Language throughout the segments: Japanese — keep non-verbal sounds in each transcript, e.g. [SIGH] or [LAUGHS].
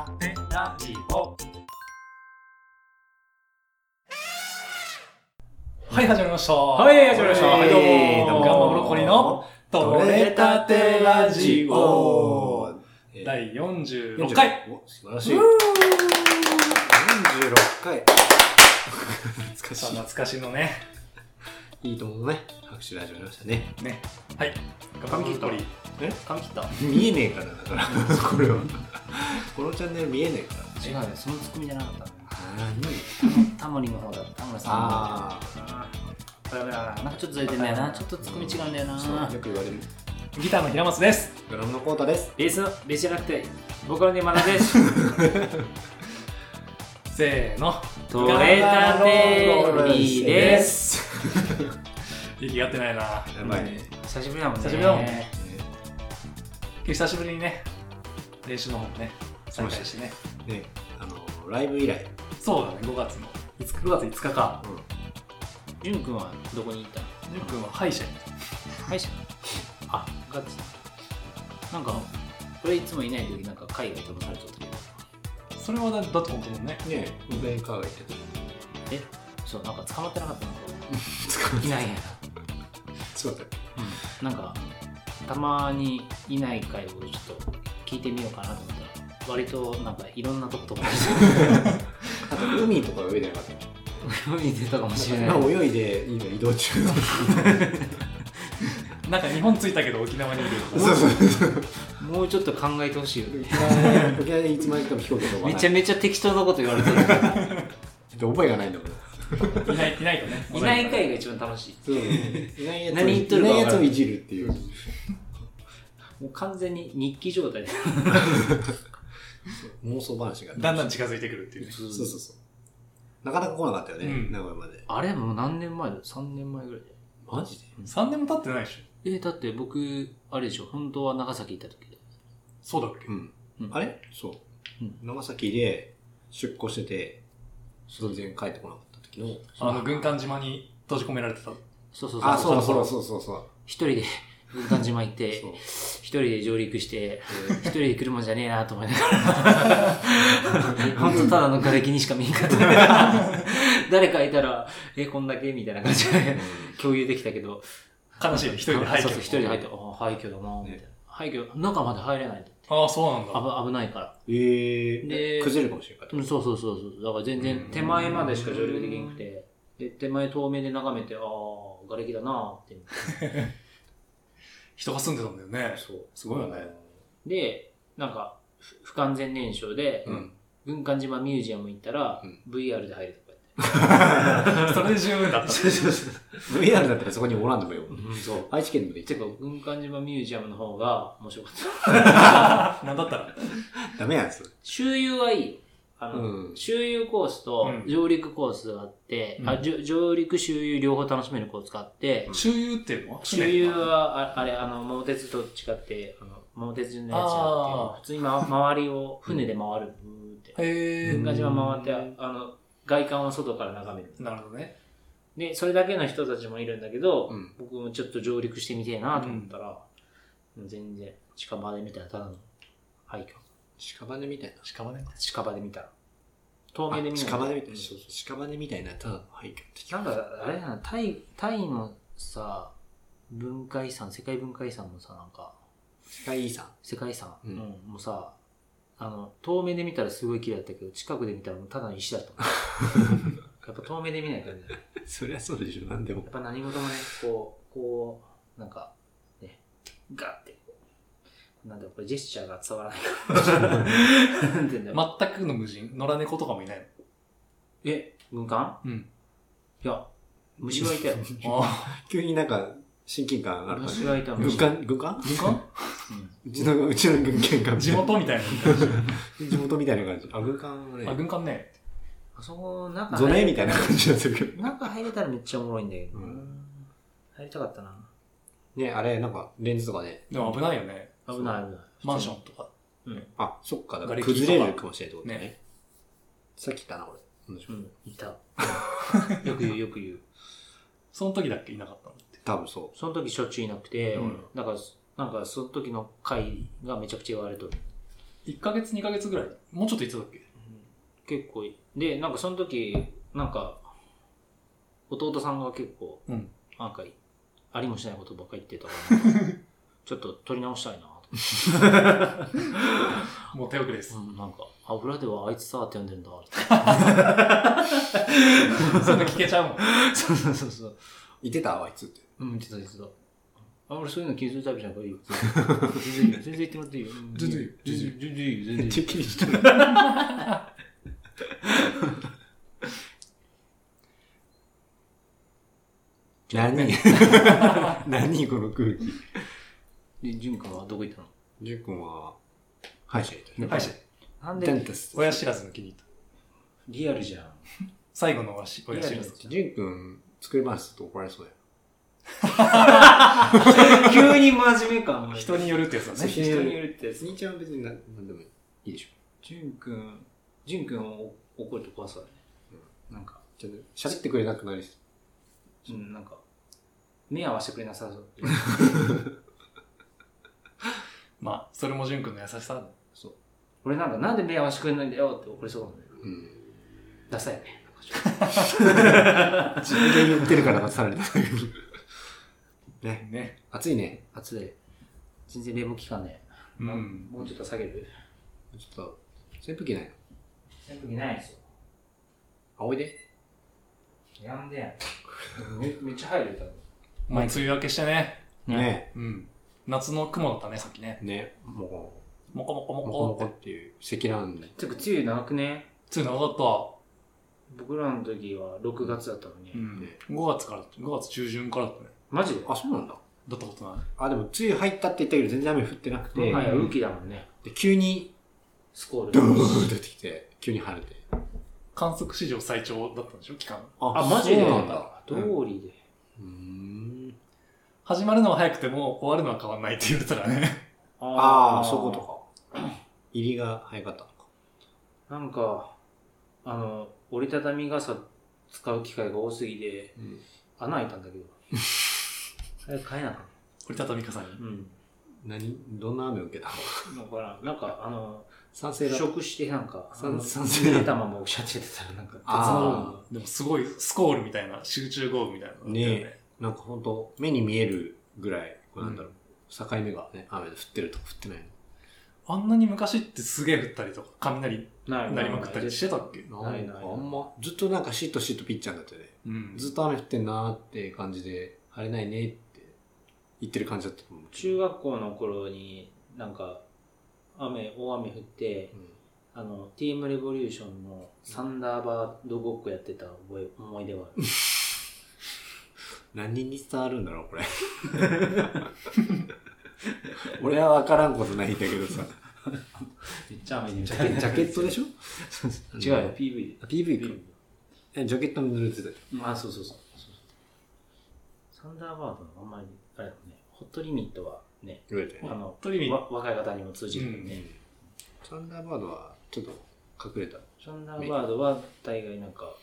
ラジオはい、始まりました。ははい始まりましたはいどうもガンマブロッコリーの、取れたてラジオ第46回。お素晴らしい。う46ー回。懐かさあ、し懐かしのね。い。いいと思うね。拍手で始まりましたね。ね。はい。髪切ったガンマブロッコリーえ髪切った見えねえからだから、これは。このチャンネル見えねえから。違うね、そのツッコミじゃなかったんだよタモリの方だ、タモリさんの方だあだからなんかちょっとずれてんだよな、ちょっとツッコミ違うんだよあ。なそう、よく言われる。ギターの平松です。ドラムのコータです。ベースの、ベースじゃなくて、僕のね、まだです [LAUGHS] せーの。取れたてりですす。息合ってないな。やばいね。久しぶりだもんね久しぶりだもんね久しぶりにね、練習の方もね、再開してね。ね、あの、ライブ以来。そうだね、5月の。いつ9月5日かうんジュン君はどこに行っゆうくんは歯医者に。た歯医者あ、ガチなんか、これいつもいない時なんか海外飛ばされちゃったけどそれはだだって本当もね。ね、上川が行ってた。え、そう、なんか捕まってなか [LAUGHS] ったの使いないやそうだよ。なんかたまにいない回をちょっと聞いてみようかなと思ったら割となんかいろんなとことか [LAUGHS] あと、海とか泳いでなかった。見てたかもしれないまあ泳いで今移動中なんか日本着いたけど沖縄にい [LAUGHS] る。そうそうそうもうちょっと考えてほしいよ沖縄で沖縄でいつまで行っても飛行機飛ばないめちゃめちゃ適当なこと言われてる覚えがないんだもんいない、いないとね。 [LAUGHS] [LAUGHS] いない回が一番楽しいそういないやつを何言っとるかい分ないからんやつをいじるっていうもう完全に日記状態で妄想話がだんだん近づいてくるっていうね。そうそうそうなかなか来なかったよね、うん名古屋まであれもう何年前だよ3年前ぐらいマジで3年も経ってないでしょ。でえだって僕あれでしょ本当は長崎行った時でそうだっけうん、うんあれそう、うん長崎で出航してて全然帰ってこなかった時のあの、軍艦島に閉じ込められてた。そうそうそうあそうだそうだそうそうそう一人で [LAUGHS] 軍艦島行ってそう一人で上陸して、一人で来るもんじゃねえなと思いながら、本当ただの瓦礫にしか見えんかった。誰かいたら、え、こんだけみたいな感 [LAUGHS] じで共有できたけど、悲 [LAUGHS] しいね、一人で廃墟。そうそう、一人で入って、ああ、廃墟だなみたいな。廃墟、中まで入れないと。ああ、そうなんだ。危危ないから。えー、で崩れるかもしれないかうん、そうそうそうそう。だから全然手前までしか上陸できなくて、で、手前遠目で眺めて、ああ、瓦礫だなって。人が住んでたんだよね。そう。すごいよね。で、なんか、ふ不完全燃焼で、うん軍艦島ミュージアム行ったら、うん VR で入るとかそれで十分だった。そうそうそう VR だったらそこにおらんでもよ言って。そう。愛知県まで行ってちゃか、軍艦島ミュージアムの方が面白かっ [LAUGHS] た。なんだったら。ダメなんですよ周遊はいいよ。あの、うん周遊コースとうん上陸コースがあって、うんあじょ上陸周遊両方楽しめるコースがあって、周遊っていうの周遊船は、ああれ、あの、桃鉄と違って、あの桃鉄のやつじゃなあくて、普通に、 [LAUGHS] ま、周りを船で回る、ブーって。へー軍艦島回って、あの、外観を外から眺める。なるほどね。で、それだけの人たちもいるんだけど、うん僕もちょっと上陸してみてえなと思ったら、もう全然、近場で見たらただの廃墟。屍みたいな。屍近場で見たら。透明で見ない。屍みたいうんな。そうそう屍みたいな、ただの廃墟って。なんか、あれだな、タイ、タイのさ、文化遺産、世界文化遺産もさ、なんか、世界遺産。世界遺産、うんうんもうさ、あの、遠目で見たらすごい綺麗だったけど、近くで見たらもうただの石だった。やっぱ遠目で見ないからね。や [LAUGHS] そりゃそうでしょ、なんでもっ。ぱ何事もね、こう、こう、なんか、ね、ガッて、なんだろうこれジェスチャーが伝わらないから。なんて言うんだろう。全くの無人。野良猫とかもいないの。え、軍艦うん。いや、虫がいたよ。 [LAUGHS] あ急になんか、親近感ある感虫じ。がいたの。軍艦軍艦軍艦うんうちの、うちの軍艦が。地元みたい [LAUGHS] 地元みたいな感じ。あ、軍艦はな。あ、ね、軍艦ね。あそこ、中ゾ入れネみたいな感じがするけど。中入れたらめっちゃおもろいんだけど。うん入りたかったな。ね、あれ、なんか、レンズとかね。でも危ないよね。危ない危ない。マンションとか。あ、そっか、だか瓦礫らとか崩れるかもしれないってことねね。さっき言ったな、俺。うん、いた。よく言う、よく言う。その時だっけいなかったのって。多分そその時しょっちゅういなくて、うんだから、なんかその時の回がめちゃくちゃ言われとる。 1ヶ月、2ヶ月ぐらい。もうちょっといつだっけ結構いでなんかその時なんか弟さんが結構うんなんかありもしないことばっかり言ってたから [LAUGHS] なんかちょっと取り直したいなと思ってもう手遅れです。うん、なんか油ではあいつさって呼んでるんだってそんな聞けちゃうもん。そうそうそうそういてたあいつって。うん言ってた言ってたあ俺そういうの気にするタイプじゃないからいい [LAUGHS] よ全然いいよ全然言ってもらっていいようん全然いいよ全然全然いいよ全然いいよ敵にしてる。何 [LAUGHS] 何この空気。で淳君はどこ行ったのジュン君は、歯医者行ったね。はい、じゃあなんデンでタスト。親知らずの気に入った。リアルじゃん最後の親知親リア知ルらじず。ゃんジュン君、作り話すると怒られそうだよ。急に真面目感人によるってやつだそうね。人によるってやつスニーちゃんは別に何何でもいいでしょ。淳くん淳くんを怒ると怖そうだね、なんかちょっと喋ってくれなくなりそううんなんか目合わせてくれなさそうまあ、それも淳君の優しさだね。俺なんかなんで目合わせてくれないんだよって怒りそうだもんねうん。ダサいよね自分で言ってるから出された。ね、ね。暑いね。暑い全然冷房効かんねうん。もうちょっと下げるちょっと、扇風機ないの扇風機ないですよあおいで。やんでやんめめっちゃ入るよ多分まあ、梅雨明けしてね。ねうん。夏の雲だったね、さっきね。ね、ももこもこもう、もこもここっていう積乱雲。てか梅雨長くね梅雨長か僕らの時は6月だったのに、った。うん。5月から、5月中旬からだったね。マジであ、そうなんだ。だったことない。あ、でも梅雨入ったって言ったけど全然雨降ってなくて、もはや雨季だもんねで急にスコールドーン出てきて、急に晴れて。観測史上最長だったんでしょ期間。あマジでそうなんだ。通うりで、ん。始まるのは早くても終わるのは変わんないって言われたらね。ああ、そういうことか。入りが早かったのか。なんか、あの、折りたたみ傘使う機会が多すぎて、うん。穴開いたん [LAUGHS] だけど。早く買えなかっ [LAUGHS] 折りたたみ傘に。た。うん。何どんな雨を受けたのだから、なんか、あの、酸性腐だ。食して、なんか、さ賛成出だたままおしゃってたら、なんか、あー鉄のようにでもすごいスコールみたいな、集中豪雨みたいなのだったよねなんか本当目に見えるぐらい、こうなんだろう、境目がね、雨で降ってるとか降ってないあんなに昔ってすげえ降ったりとか、雷な鳴りまくったりしてたっけの。ないないんかあんま、ずっとなんかシートシートピッチャーだったよね。うん。ずっと雨降ってんなーって感じで、晴れないねって言ってる感じだったと思う。中学校の頃に、なんか、雨、大雨降って、あの、ティームレボリューションのサンダーバードごっこやってた覚え、思い出はある。何人に伝わるんだろう、これ。 [LAUGHS] 俺は分からんことないんだけどさ。 [LAUGHS] めっちゃ雨にジャケジャケットでしょ違うよ、PV あで。 PV か。えジャケットも濡れてたよあ、そうそうそうサンダーバードのあんまり、あれだね、ホットリミットはね、濡れてあね。の、トリミわ若い方にも通じるようね。んサンダーバードはちょっと隠れた。サンダーバードは大概なんか、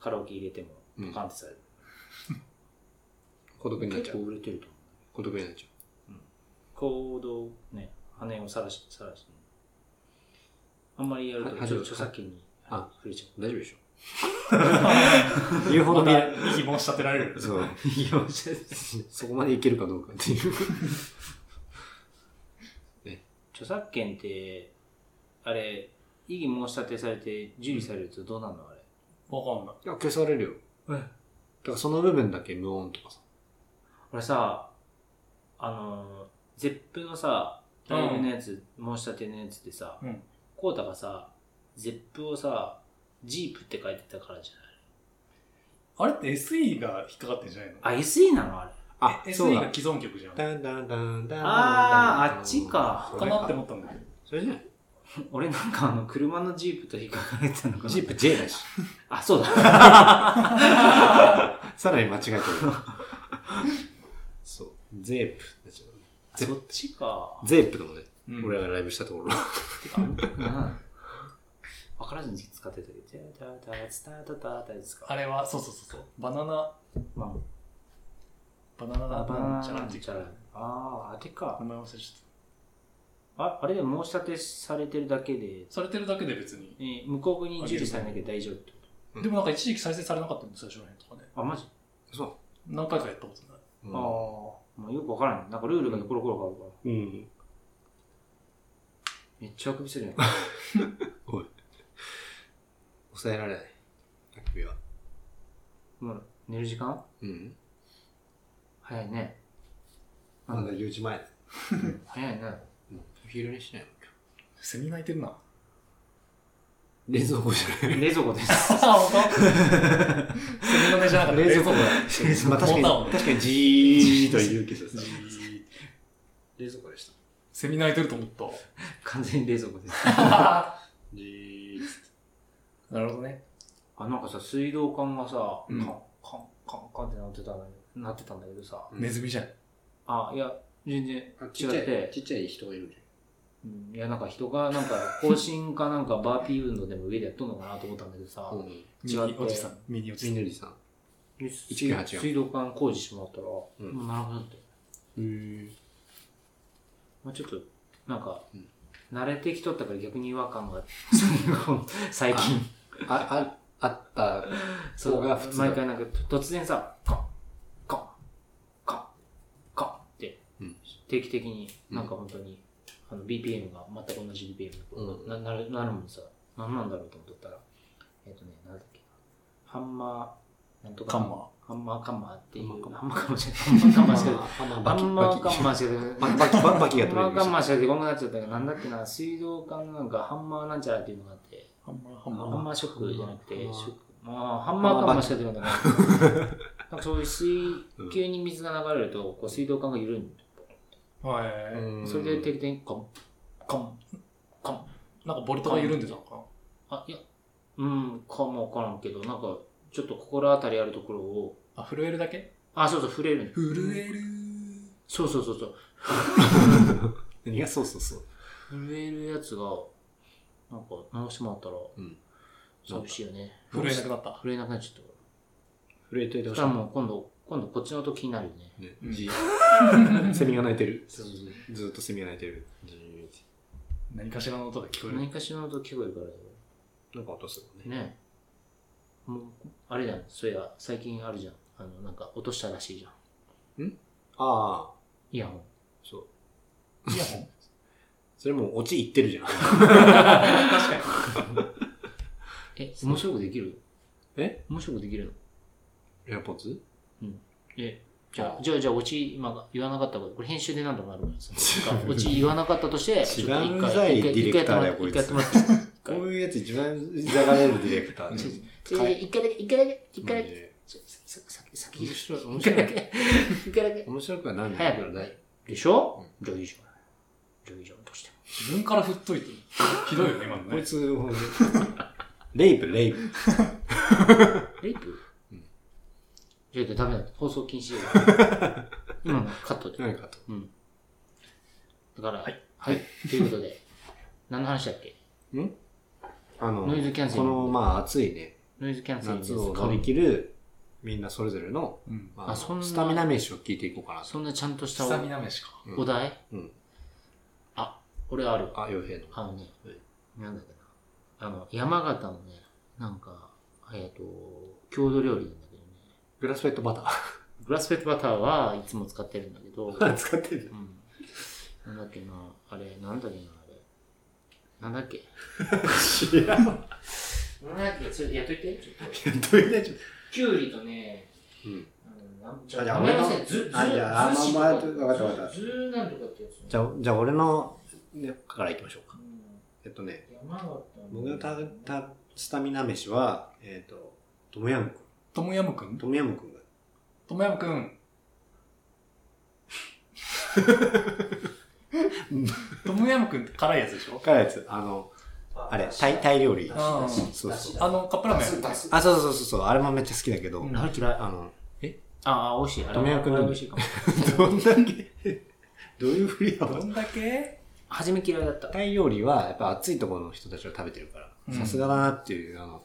カラオケ入れてもうんパカンってされる。孤独になっち結ゃう構。売れてると思う。孤独になっちゃう。行動、ね、羽をさらし、さらし。あんまりやるとは著は著作権にあ触れちゃ大丈夫でしょ言うほどま見たえ、疑問し立てられる。そう。う。いや、ちょっ [LAUGHS] そこまでいけるかどうかって [LAUGHS] いう。著作権って、あれ、異議申し立てされて受理されるとどうなるのあれ。わかんない。いや、消されるよ。だからその部分だけ無音とかさ。俺さあのゼップのさライブのやつ、申し立てのやつでさうんこうた、がさゼップをさジープって書いてたからじあれって SE が引っかかってんじゃないのゃないあ SE なのあれあ、えそう SE がだ。既存曲じゃん。ダンダンダンダンあーあっちかかなって思ったんだけど。それじゃない [LAUGHS] 俺なんかあの車のジープと引っかかれてたのかなジープ J だし。あそうだ [LAUGHS] さらに間違えてる。そう。ゼープだし。ゼそっち [LAUGHS] かゼープだもんね。うん俺らがライブしたところ。てか分からずに使ってたけど「タタタツタタタタ」ですかあれは、そうそうそうそう。バナナ、まバナナあバナナじゃななんくんてちゃらあああれか名前忘れちゃっああれで申し立てされてるだけで、されてるだけで別に。えー向こうに受理されなきゃ大丈夫ってこうんでもなんか一時期再生されなかったんですよ、最初の辺とかね。とあ、マジ、そ何回かやったことない。う。ああ、まあ、よくわからん。なんかルールがコロコロ変わるから。うん。めっちゃあくびするやん。抑えられない。あくびは。もう寝る時間うん。早いね。まだ10時前だ。早いな。うんお昼寝しないの今セミ鳴いてるな。日冷蔵庫じゃない。冷蔵庫です。 [LAUGHS] [LAUGHS] あ、ほんセミの音じゃなかった。冷蔵庫庫だ。まあ確かに、ボタンを確かにじーっとは言うけどさ。冷蔵庫でした。セミ鳴いてると思った。完全に冷蔵庫です。じーっなるほどね。あ、なんかさ、水道管がさ、うんカンカンカンカンってなってたんだけど、なってたんだけどさ。うんネズミじゃん。あ、いや、全然。とあちっちゃ違ってい、ちっちゃい人がいるじうんいや、なんか人が、 [LAUGHS] なんか、更新かなんかバーピー運動でも上でやっとんのかなと思ったんだけどさゃん。、うん。ミニ違っておじさん。ミニおじみさん。のりさん。水1984水道管工事してもらったら、うんもうなるほどって。うん。まあちょっと、なんか、うん慣れてきとったから逆に違和感が、最近、あ、あ、あった。そうが普通だ毎回なんか突然さ、カン、カン、カン、カンって、うん定期的になんか本当に、あの BPM が全く同じ BPM うんななるなるもんさ、なんなんだろうと思っとったら、えっ、とね、なんだっけな、ハンマー、なんとか、カンマハンマーカンマーっていう、ハハンマーカンマーじゃない、ハンマーカンマーしか出てハンマーハバキンマーバカンマーしか出てキ。バキバキバキがハンマーカンマー。ーしか出てこなくなっちゃったけど、なんだっけな、水道管なんかハンマーなんちゃらっていうのがあって、ハンマー、ハンハマー。ンマーショックじゃなくて、ハンマーショック。まあ、ハンマーカンマーしか出てこない。なんかそういう水球に水が流れると、こう水道管が緩んで、はい。うんそれで定期的にコン、コン、コン。なんかボルトが緩んでたのかあ、いや、うん、かもわからんけど、なんか、ちょっと心当たりあるところを、な。あ、震えるだけあ、そうそう、触れる。震える。そうそうそうそう。何がそうそうそう。震えるやつが、なんか、直してもらったら、うん寂しいよね。震えなくなった。震えなくなっちゃったから。震えといてそほししたいら。もう今度、今度こっちの音気になるよね。ねうん [LAUGHS] じーセミが鳴いてる。ずーっとセミが鳴いてる。じーって何かしらの音が聞こ [LAUGHS] える。何かしらの音聞こえるからよ。なんか音するもんね。ねもう、あれじゃん。そういや、最近あるじゃん。あの、なんか、落としたらしいじゃん。ああ、イヤホン。そう。イヤホンそれもうオチいってるじゃん。確かに。え、面白くできるえ面白くできるのエアポーズえ、じゃあ、じゃあ、じゃあ、オチ、今が言わなかったこと、これ編集で何度もな [LAUGHS] るからさ。なんかオチ言わなかったとして、知ちょっらとん一ざい回、一回、ディ一レ回やクってタもーだよこらって、いつ一回やってもらっていい。こういうやつ一番いざがれるディレクター違うね。違う違う一回だけ、一回だけ、一回だけ。ねささささ面白い、面一白回だい。け。一回だけ。面白くはなんだ早けどくね。でしょじゃあいいじゃん。じゃあいいじゃん、どうしても。自分から振っといて。ひどいよね、今のこいね。つ、ほんとにレイプ、レイプ。レイプうんじゃあダメだ。放送禁 [LAUGHS] 止よ。今のカットで。何かと。うん。だから、はい。ということで、何の話だっけあの、ノイズキャンセリングこの、まあ、暑いね、ノイズキャンセリング夏ですを乗り切る、みんなそれぞれの、うん。まあ、あそんなスタミナ飯を聞いていこうかなと。そんなちゃんとしたスタミナ飯か。お題うん。あ、俺ある。あ、洋平の。あのねはい、なんだっけな。あの、山形のね、なんか、えっと、郷土料理なんだけどね。グラスフェットバター。グラスフェットバターはいつも使ってるんだけど、使ってるうん。なんだっけな、あれ、なんだっけな、あれ。なんだっけ。知らん。やなんだっけ、それやっといて。ちょっとっとい [LAUGHS] ないじきゅうりとね、ゃん。うん。あのなあんじゃあ名前忘れ俺たのず、ず、あじゃあずあまあまあわかったわかったずずなんとかってやつね。じゃあ、じゃあ俺の、ね、からいきましょうかう。んえっとね、山形の僕が食べたスタミナ飯は、えっ、と、トムヤムクトムヤムくんン。トムヤムクンが。トムヤムく [LAUGHS] ん。トムヤムくんって辛いやつでしょからやつ、あの、あれ、タイ、タイ料理。あーそうそう。あの、カップラーメン。出す。あ、そうそうそうそう、あれもめっちゃ好きだけど、うんあれ嫌い。あの、 [LAUGHS] えああ、美味しい。あれ富山君あなんでれ美味しいかも。どんだけ、 [LAUGHS] どういうふりやどんだけ初め嫌いだった。タイ料理はやっぱ暑いところの人たちが食べてるかうら、んさすがだなっていう、あの、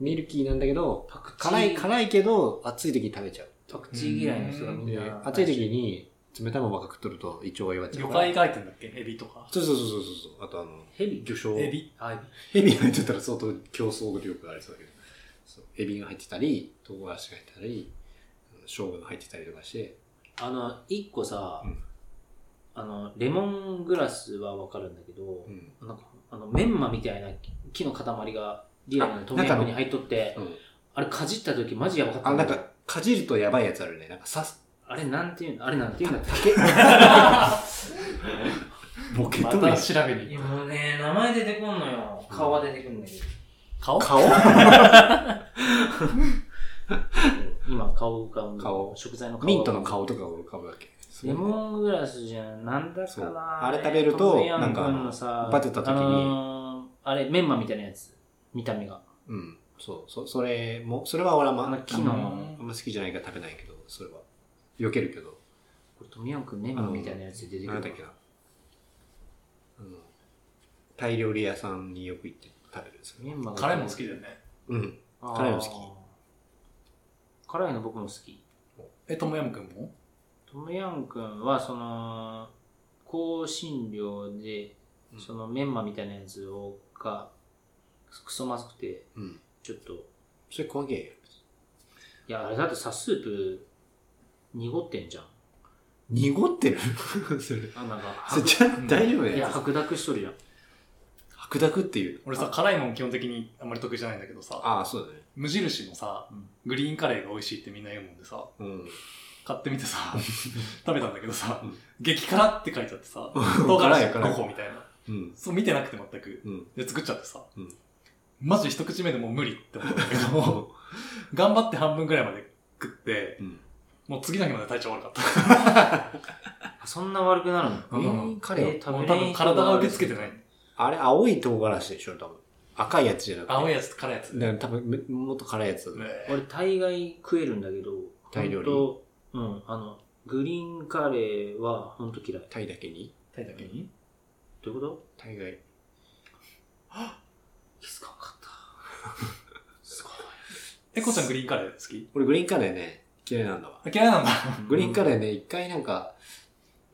ミルキーなんだけど、パクチー辛い、辛いけど、暑い時に食べちゃう。パクチー嫌いの人がみんでな。暑い時に冷たいもんばっか食っとると胃腸が弱っちゃう魚から。介が入ってんだっけエビとか。そうそうそうそうそう。あとあの、ヘビ魚醤。エビあヘエビビが入ってたら相当競争力がありそうだけど。そうエビが入ってたり、唐辛子が入ってたり、生姜が入ってたりとかして。あの、一個さ、うんあの、レモングラスはわかるんだけどう、ん。なんか、あの、メンマみたいな木の塊がリアルなトムヤムに入っとって、うんあれかじった時マジやばかったあ、んなだんけどか、かじるとやばいやつあるね。なんか刺す。あれなんていうのあれなんていうんだっボケまた調べにけもうね、名前出てこんのよ。顔は出てくんだけど。顔顔今顔が顔食材の顔ミントの顔とかを浮かぶわけ。レモングラスじゃんなんだかそうなあれ食べるとトムヤムなん君かあののさバテた時にあのーあれメンマみたいなやつ見た目がうん。そう、そ、それも、それは俺はあんあのま、木の、うんあんま好きじゃないから食べないけど、それは。避けるけど。これトムヤム君メンマみたいなやつで出てくなんるだっけな。あの、タイ料理屋さんによく行って食べるんですよメね。ンマが辛いもん好きだよね。うん。あー辛いの好辛いの僕も好きえ、ともやむくんもトムヤム君はその香辛料でうんそのメンマみたいなやつをがクソまずくてうん。ちょっとそれ怖げえよ。いやあれだってさスープ濁ってんじゃん濁ってる [LAUGHS] それ。あ [LAUGHS] なんかそれ、ちゃん大丈夫いねや、。白濁しとるやん。白濁っていう。俺さ、辛いもん基本的にあんまり得意じゃないんだけどさ、ああ、そうだね。無印のさうん、グリーンカレーが美味しいってみんな言うもんでさ、うん。買ってみてさ、食べたんだけどさうん、激辛って書いてあってさ、唐辛辛い子辛5い個みたいな。うん。そう見てなくて全く。うん。で、作っちゃってさ、うんマジ一口目でもう無理って思ったんだけう [LAUGHS] ど、頑張って半分ぐらいまで食って、ん。もう次の日まで体調悪かった。そんな悪くなるグのリーンカレーえーもう多食べれ分ん体が受け付けてない。あれ、青い唐辛子でしょ、多分。赤いやつじゃなくて。青いややつと辛いやつ。つ。だから多分、めもっと辛いやつだね。俺、大概食えるんだけど、タイ料理ほんとうん、あの、グリーンカレーはほんと嫌い。タイだけにタイだけにどういうこと大概。気づかなかった。すごい。え、こちゃんグリーンカレー好き俺、グリーンカレーね、嫌いなんだわ。あ嫌いなんだ。 [LAUGHS] グリーンカー。レーね、一回なんか、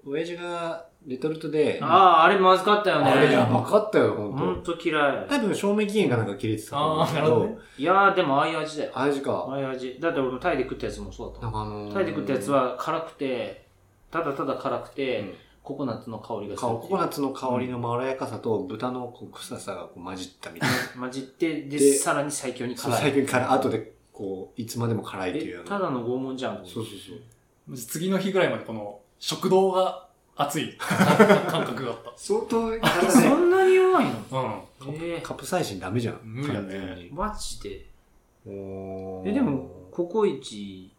親父がレトルトで、ああ、あれまずかったよね。あれやばかったよ、ほほんんと。と嫌い。多分、賞味期限がなんか切れてたと思うんだけあーなるほどど、いやー、でもああいう味だよ。あれしあか、あいう味。だって俺もタイで食ったやつもそうだったなもんん。かあのー、タイで食ったやつは辛くて、ただただ辛くうて、ん、ココナッツの香りがす香る。ココナッツの香りのまろやかさと豚のこう臭さがこう混じったみたいな。混じって、で、でさらに最強にそう [LAUGHS] 辛最い。近から、後で、こう、いつまでも辛いっていうよえうたな。だの拷問じゃんと思ってそうそうそう。次の日ぐらいまでこの、食堂が熱 [LAUGHS] い感覚があっ相当、そんなに弱いのた。うん。えカプサイシンダメじゃん。無理だね完全にー、マジでおーえでもココイチ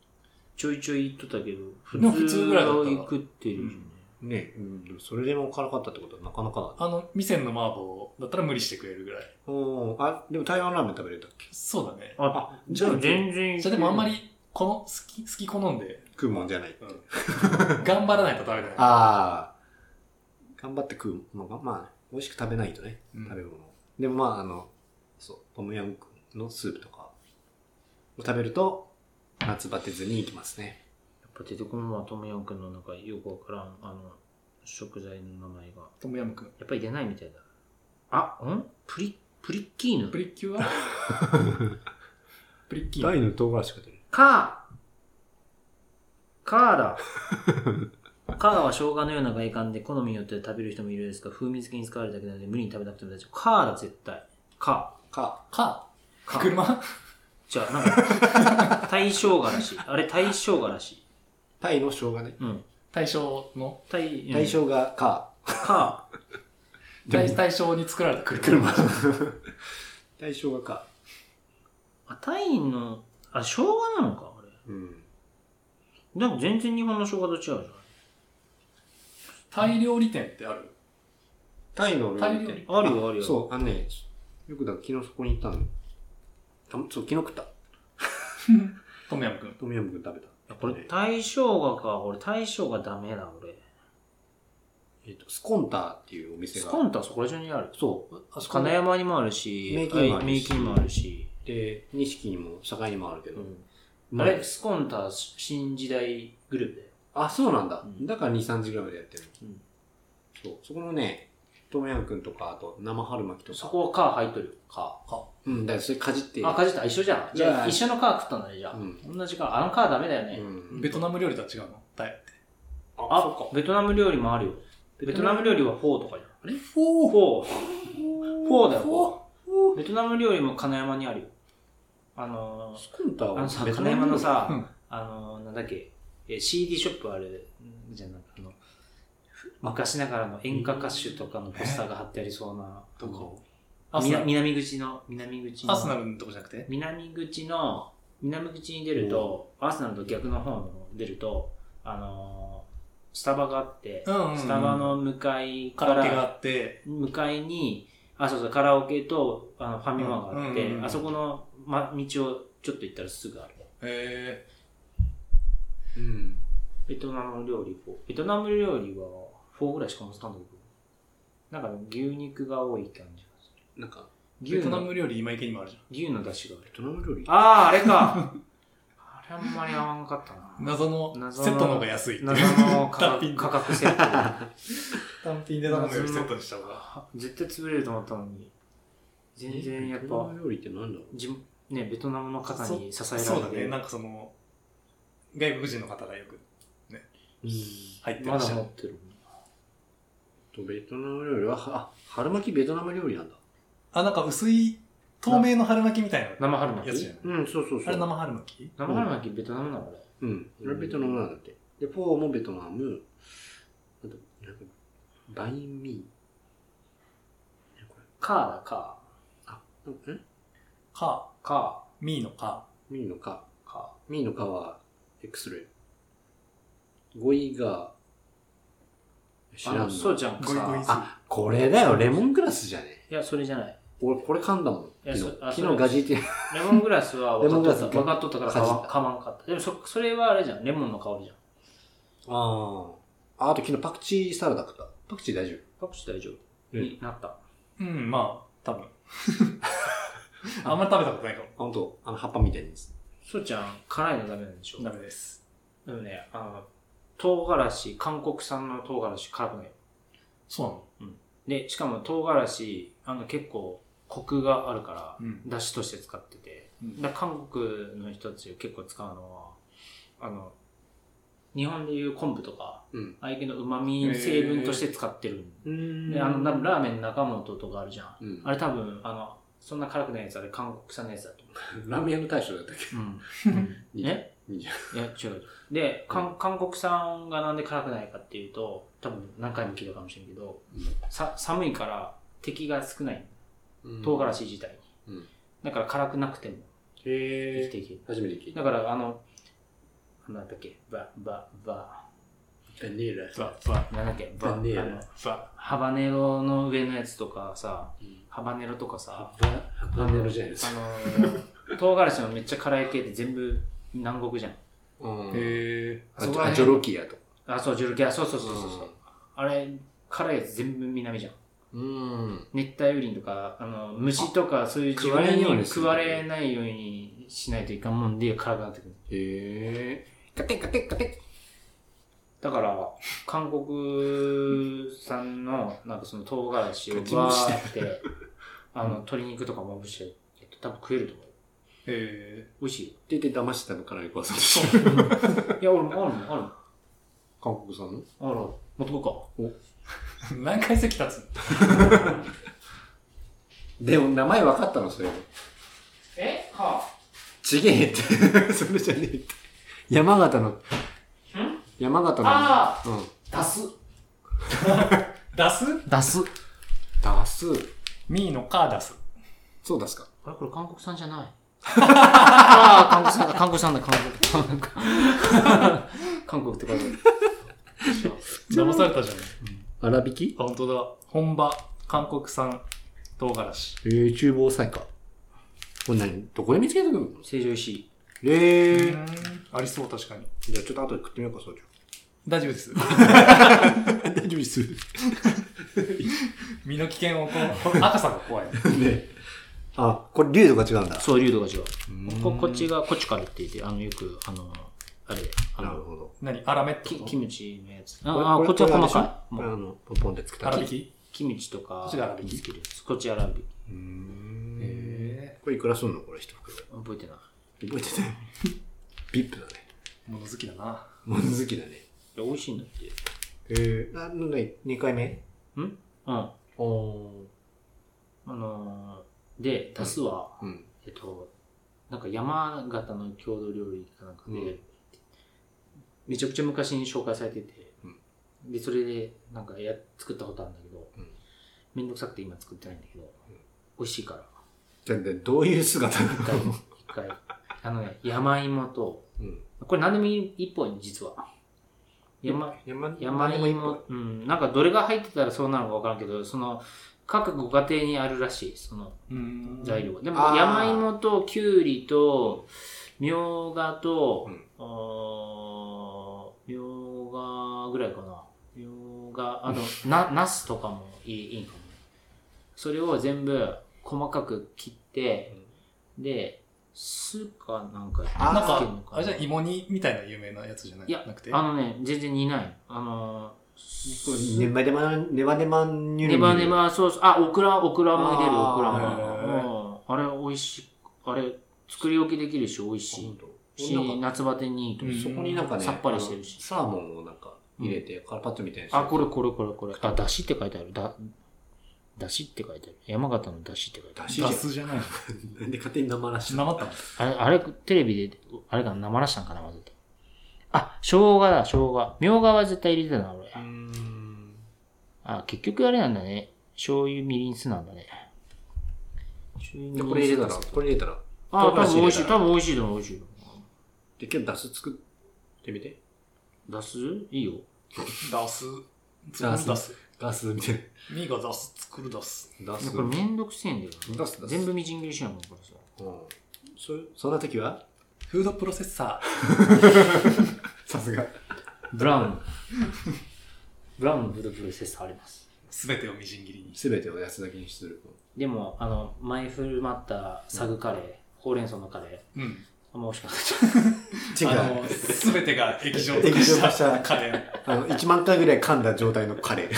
ちょいちょい行っとったけど普でも普通ぐらいだったはな行くっていう、ね、うん、でもそれでも辛かったってことはなかなかだね。あの、店の麻婆だったら無理してくれるぐらい。おーあ、でも台湾ラーメン食べれたっけそうだね。ああじゃあ全然じゃあでもあんまり、この、好き、好き好んで、食うもんじゃない。頑張らないと食べれない。ああ。頑張って食うのが、まあ、美味しく食べないとね、うん食べ物をでもまあ、あの、そう、トムヤムクンのスープとかを食べると、夏バテずに行きますね。やっぱ出てこんのはトムヤムくんのなんかよくわからんあの食材の名前がトムヤムくん。やっぱり出ないみたいだあんプリプリッキーヌプリッキュ [LAUGHS] はプリッキー大ヌ。の唐辛子が出る。カーカーだ [LAUGHS] カーは生姜のような外観で好みによって食べる人もいるんですが風味付けに使われるだけなので無理に食べなくても大丈夫カーだ絶対カか、か、ーカー車じゃあなんか [LAUGHS] 大生姜らしいあれ大生姜らしいタイの生姜ね。うん対象の大タイ生姜 [LAUGHS] か、カー対対象に作られた車。車。タイ生姜か。あタイのあ生姜なのかあれうん。でも全然日本の生姜と違うじゃんタイ料理店ってあるタイの料タイ理料店理。あるよあるよそう、あのね、よくだ、昨日そこに行ったの。たそう、昨日食った。トムヤムくん。トムヤムクン食べた。いやこれ大生姜か俺大生姜ダメだ俺えっと、スコンターっていうお店スが。コンタはそこら中にあるそう、あそこ金山にもあるし名金もあるし名金もあるしで、錦にも、境にもあるけど。あれ、スコンタ新時代グループだよ。あ、そうなんだう。んだから2、3時ぐらいまでやってるのうんそう。そこのね、トムヤムくんとか、あと生春巻きとか。そこは皮入っとるよ。か。か。うん、だからそれかじって。あ、かじった一緒じゃん。じじゃゃああ、一緒の皮食ったんだね、じゃあ。う同じ皮。あの皮ダメだよね。うん。ベトナム料理とは違うのダイエットあ、ベトナム料理もあるよ。ベトナム料理はフォーとかじゃん。あれフォー。フォー。フォーだよ、フォー。ベトナム料理も金山にあるよ。あのスクンターー、あのさ、ベト金ナム山のうさん、あのー、なんだっけ、えー CD ショップあるじゃん、なんかあの、昔ながらの演歌歌手とかのポスターが貼ってありそうな、どこアあスナのル。南口の、南口の。アスナルのとこじゃなくて南口の南口に出ると、アーセナルと逆の方に出るとあのースタバがあって、うんうんうんスタバの向かいカかラオケがあらって、向かいにあそうそうカラオケとあのファミマがあって、うんうんうんうんあそこの、ま、道をちょっと行ったらすぐあるえうん。ベトナム料理フォーベトナム料理はフォーぐらいしか載せたんだけどなんか牛肉が多い感じがすなんか、ー、るベ牛トナのム料理今池にもあるじ牛の出汁があるベトナム料理あああ [LAUGHS] れかあれあんまり合わなかったなゃん。謎の謎セのットの方が安いっていう。謎の [LAUGHS] 価単格品価格設定単品で頼むよりセットにした方が。絶対潰れると思ったのに全然やっベトナぱム料理ってなんだろうじねベトナムの方に支えられてそうだね。なんかその、外国人の方がよくうん。入ってままだした持よ。ってると、ベトナム料理は、あ、春巻きベトナム料理なんだ。あ、なんか薄い透明の春巻きみたいな生春巻やつじきゃないうん、そうそうそう。あれ生春巻き生春巻きベトナムなのあれうん。それはベトナムなんだって。で、フォーもベトナム。あと、なんか、バインミー。ねこれカーだカあ、なんか、んか、ーカミーのか。ミーのか。ーカミーのかは、X-ray。語彙が、知らーあんののそうじゃんゴイゴイさスーあこれだよ、レモングラスじゃねいやそれじゃない俺、これ噛んだもん。いや昨日そ、あ昨日ガジって、 [LAUGHS] レモングラスは分かっとったレモン分グラかスっとったからかじかったわかまんかったでもそそれはあれじゃんレモンの香りじゃんああ。あと昨日パクチーサラダ食った。パクチー大丈パクチー大丈夫えになったうん、まあ、 [LAUGHS] 多分。あんまり食べたことないかも。夫本当あの、葉っぱみたいなやつ。そうちゃん辛いのダメなんでしょダメです。でもね、あの、唐辛子、韓国産の唐辛子辛くないよ。そうなので、しかも唐辛子、あの結構コクがあるから、うん出汁として使ってて、うんだから韓国の人たちが結構使うのは、あの、日本でいう昆布とか、うん。ああいうの旨味成分として使ってる。うんで、あの、ララーメン中本とかあるじゃうん。んあれ多分、あの、そんな辛くないやつ、あれ韓国産のやつだと思ラーメン屋の大将だったっけう。うんいい [LAUGHS] えいいじゃん。いや、違う。で、韓韓国産がなんで辛くないかっていうと、多分何回も聞いたかもしれんけど、さ寒いから敵が少ない。唐辛子。子自体に。うんだから辛くなくても生きへてえ。いける。初めて聞いた。だから、あの、なんだっけ、バ、バ、バ、バニラ。ふわ、ふわ、なんだっけ、バ、あバネーラの、ふわ。ハバネロの上のやつとかさ、うんハバネロとかあさ、バニラじゃないですあか。の、唐辛子のめっちゃ辛い系って全部南国じゃん。うんへあそことらあ辺ジョロキアとか。あ、そう、ジュルキャ、そうそうそうそうそううん。あれ、辛いやつ全部南じゃん。うん。熱帯雨林とか、あの、虫とかそういう自食われ分んようににする食われないようにしないといかんもんで、辛くなってくる。へえ。カテッカテッカテだから、韓国産の、なんかその唐辛子を口バにしてーって、 [LAUGHS] あの、鶏肉とかまぶして、えっと、多分食えると思う。え。へ美味しいよ。ッ。って言って騙してたのかな、横澤さん。いや、俺もあるもん、ある韓国産のもん、あるもん。持ってこえ。何回席立つのでも名前分かったの、それ。うか。えはちげえって。 [LAUGHS] それじゃねえって。山形の。山形の。あうん。あ出す。出す出す。出す。ミーのか出す。そう出すか。あれこれ韓国産じゃない。 [LAUGHS] ああ、韓国産だ、韓国産だ、韓国。 [LAUGHS] 韓国って書いてある。騙されたじゃん。粗挽きあ、本当だ。本場、韓国産、唐辛子。えー、厨房菜か。これ何どこで見つけたの成城石井。えー。ありそう、確かに。じゃあちょっと後で食ってみようか、そうじ大丈夫です。ゃ [LAUGHS] ん。大丈夫です。ね身の危険をこう、赤さが怖い。あ、これ竜とか違うんだ。そう、流度が違う。ここっちがコチュカルって言って、あの、よく、あの、あれ、あなるの、ほど。何アラメってキこキとムチのやつ。ああ、こっちは細かい。これもうあの、ポンポンで作った粗や挽つ。きキムチとかこっちが粗挽きにつけるやつ。こっち粗挽き。うーん。へこれいくらすんのこれ一袋。覚えてない。覚えてない。 [LAUGHS] ビップだね。え物好きだな物好きだね。いや美味しいんだって。えー、あ、なんだ、2回目うん。おお。あのーで、足すは、うん。えっと、なんか山形の郷土料理かなんかで、うんめちゃくちゃ昔に紹介されてて、うんで、それで、なんかや、作ったことあるんだけど、うんめんどくさくて今作ってないんだけど、美味しいから、じゃあでどういう姿な一の回、一回。あのね、山芋と、うん。これ何でもいいっぽいね、実は。山、山山芋、うん、なんかどれが入ってたらそうなのかわからんけど、その、各ご家庭にあるらしい、その、うん材料がでもあー山芋ときゅうりとみょうがと、うんあーみょうがぐらいかなみょう [LAUGHS] があとななすとかもいいいいかもそれを全部細かく切って、で酢かなんかあーなんつけるかあれじゃん芋煮みたいな有名なやつじゃないいやなくてあのね全然煮ないあのーネバネバ、ネバネバニュルニュルネバネ。バソースあオクラオクラも入れるあーオクラへもうんあれ美味しいあれ作り置きできるし美味しい本当しなんか夏バテにいいと思う、そこになんかね、さっぱりしてるしあのサーモンをなんか入れて、カラパッチョみたいにしてあこれこれこれこれあだしって書いてあるだだしって書いてある山形のだしって書いてあだるしじゃガん。スじゃないのなんで勝手に生らしなまったのあれあれテレビであれかな生らしたんかな混ぜてあ生姜だ生姜みょうがは絶対入れてたな俺、たうーん。あ結局あれなんだね醤油みりん酢なんだね醤で、油こみれりん入れ酢たら、これ入れたら。あ多唐辛子分美味入しいれた多分美味しいと思う美味しいと思で、今日ダス作ってみて。うだすいいよダスダ作スるダスガスみたいな。ミーがダス作るダスダス。これめんどくせえんだよ出す出す全部みじん切りしなもんこれさうんそそんな時はフードプロセッサさすが。ブラウンブラウンのブループロセッサーありますー全てをみじん切りにすべてを安だけにする。でもあの前振る舞ったサグカレー、ほうれん草のカレーうんあんま美味しくなかっあ違うの。全てが液状化液状化ししたたカレーあの、1万回ぐらい噛んだ状態のカレ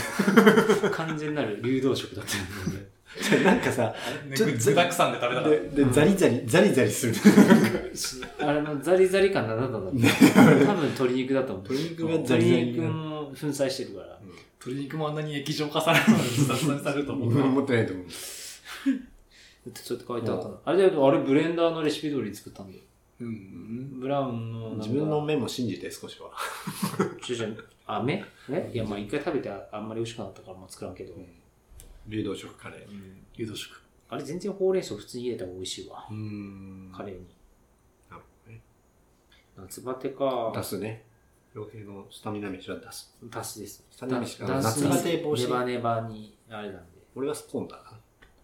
た完全なる流動食だったのでー。 [LAUGHS] なんかさ、ねちょ具具だくさんで食べたからで、で、ザリザリ、ザリザリする。 [LAUGHS] あれのザリザリ感なだった [LAUGHS] んだろうね多分鶏肉だと思う鶏肉がザリザ鶏リ肉も粉砕してるから鶏肉もあんなに液状化されるのにズタズタにされると思うな思ってないと思う。ちょっと書いてあったのあれだよあれブレンダーのレシピ通りに作ったんだようんブラウンのなんか自分の目も信じて、少し [LAUGHS] は。ちょちょあ目ねいやまあ一回食べてああんまり美味しくなかったからもう作らんけど、流動食カレー。誘導食あれ全然ほうれん草普通に入れた方が美味しいわうーんカレーになるほどね。夏バテか出すね。傭兵のスタミナ飯は出す。ダスですスタミナ飯かダス夏バテ防ネバ止。ネバにあれなんで俺はスコーンだな。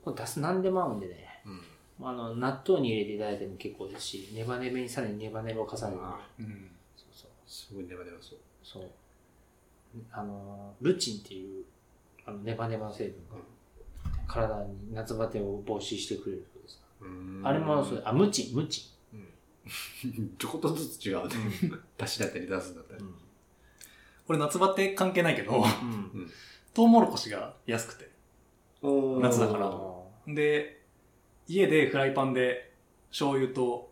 これダス何でも合うんでねうん。あの納豆に入れていただいても結構ですしネバネバにさらにネバネバを重ねてあうんそうそうすごいネバネバそう。そうあのルチンっていうあのネバネバの成分が体に夏バテを防止してくれるそうですうーんあれもそうあムチンムチうん。 [LAUGHS] ちょこっとずつ違うね。出汁だったり出すんだったン、り。これ夏バテ関係ないけどうんうんトウモロコシが安くておー夏だからあーで家でフライパンで醤油と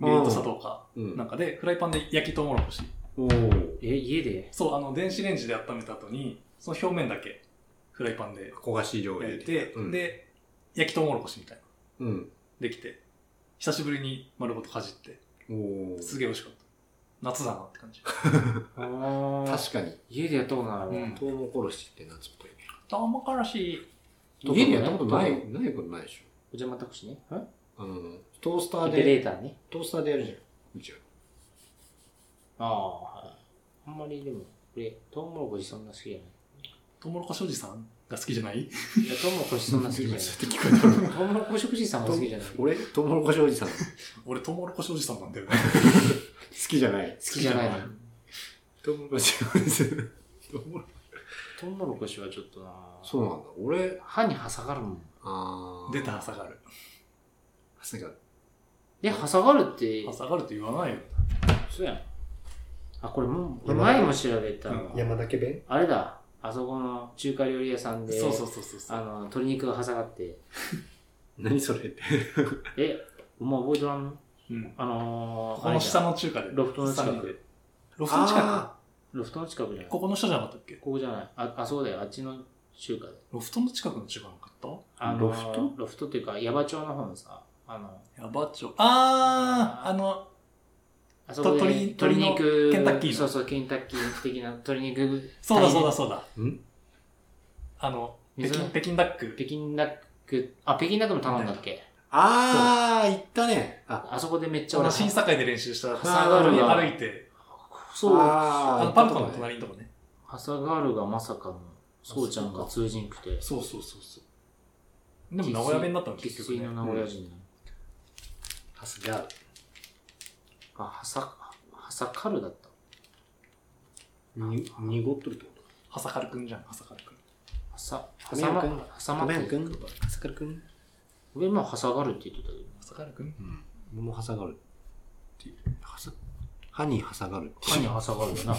みりんと砂糖かうん。なんかでフライパンで焼きトウモロコシおーえ家でそうあの電子レンジで温めた後にその表面だけフライパンで焦がし料焼い理て、うん、で焼きトウモロコシみたいなうん。できて久しぶりに丸ごとかじっておーすげえ美味しかった夏だなって感じ確確かに、家でやったことないわ、うんトウモコロシって夏っぽいね。トウモコロシどこ家でやったことない、どないことないでしお邪魔たくしねょ。あの、トースタオーペレで、ーターねトースターでやるじゃん。うちは。ああはいあんまりでも俺トウモロコシそんな好きじゃなトウモロコシおじさんが好きじゃないいいやトウモロコシそんな好き [LAUGHS] じゃないそうやって聞こえたトウモロコシおじさんも好きじゃない好俺、トウモロコシおじさん、好俺トウモロコシおじさんなんだよ [LAUGHS] ねきじゃない。きじゃないのトウモロコシおじさん。トウモロコトウモロコシはちょっとなシそうなんだ。俺、歯に挟がるもんあー出た。朝がる朝がで挟がるって朝がるって言わないよそうやんあ、これも、これ前も調べた。うん山田家弁あれだ。あそこの中華料理屋さんで、そうそうそうそうそうあの、鶏肉が挟まって、何それって。え、お前覚えてらんのうんあのー、この下あれの中華でじゃんロフトの近下にく。ロフトの近くあロフトの近くじゃないこここの人じゃなかったっけこじゃない。あ、あそうだよ。あっちの中華で。ロフトの近くの中華なかっあのーロフトロフトっていうか、矢場町の方のさ、あの、たヤバチョあーあのあそこでと鶏鶏鶏の肉、ケンタッキーのそうそう、ケンタッキー的な鶏肉、そうだそうだそうだーんあの北水京北京ダック北京ダック、あ、北京ダックも頼んだっけあー、行ったね。あ、あそこでめっちゃあ俺の、審査会で練習したハサガあーのルが歩いてそう、ああーのパルコの。隣のとこねハサガールがまさかの、そうちゃんが通じんくて、そうそうそうそうでも名古屋弁だったの生結粋局ねの名古屋人なの。さすが。あ、ハサ、ハサカルだった。に、濁っとるってことはさかるくんじゃんはさかるくんハサ、ハ亀サマ、山くんハサマごってめん言くうんのか。はさかるくん。俺今ハサガルって言ってたけど。はさかるくんうん。俺もはさがる。っていうはさ、歯にはさがる。歯にハサガルだな。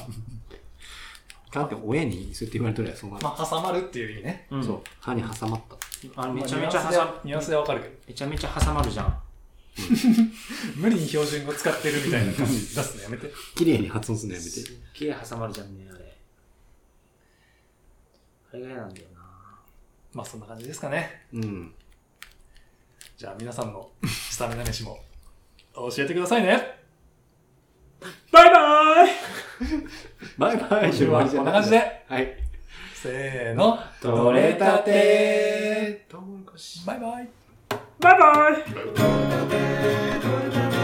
かんって親にそうやって言われとりゃそうなるまあ挟まるっていう意味ねうん。そう。歯に挟まった。あれめちゃめちゃまハあニュアンサス、でニュアンスでわかるけどめちゃめちゃ挟まるじゃん。無理に標準語使ってるみたいな感じ出すのやめて [LAUGHS] 綺麗に発音するのやめすてっ。げえ挟まるじゃんね、あれ。あれが嫌なんだよな。まあそんな感じですかねうん。じゃあ皆さんのスタミナ飯も教えてくださいねバイバーイバイバイ、今週はこんな感じ。ではい。せーのどれたてとうもろこし。バイバイバイバイ取れたて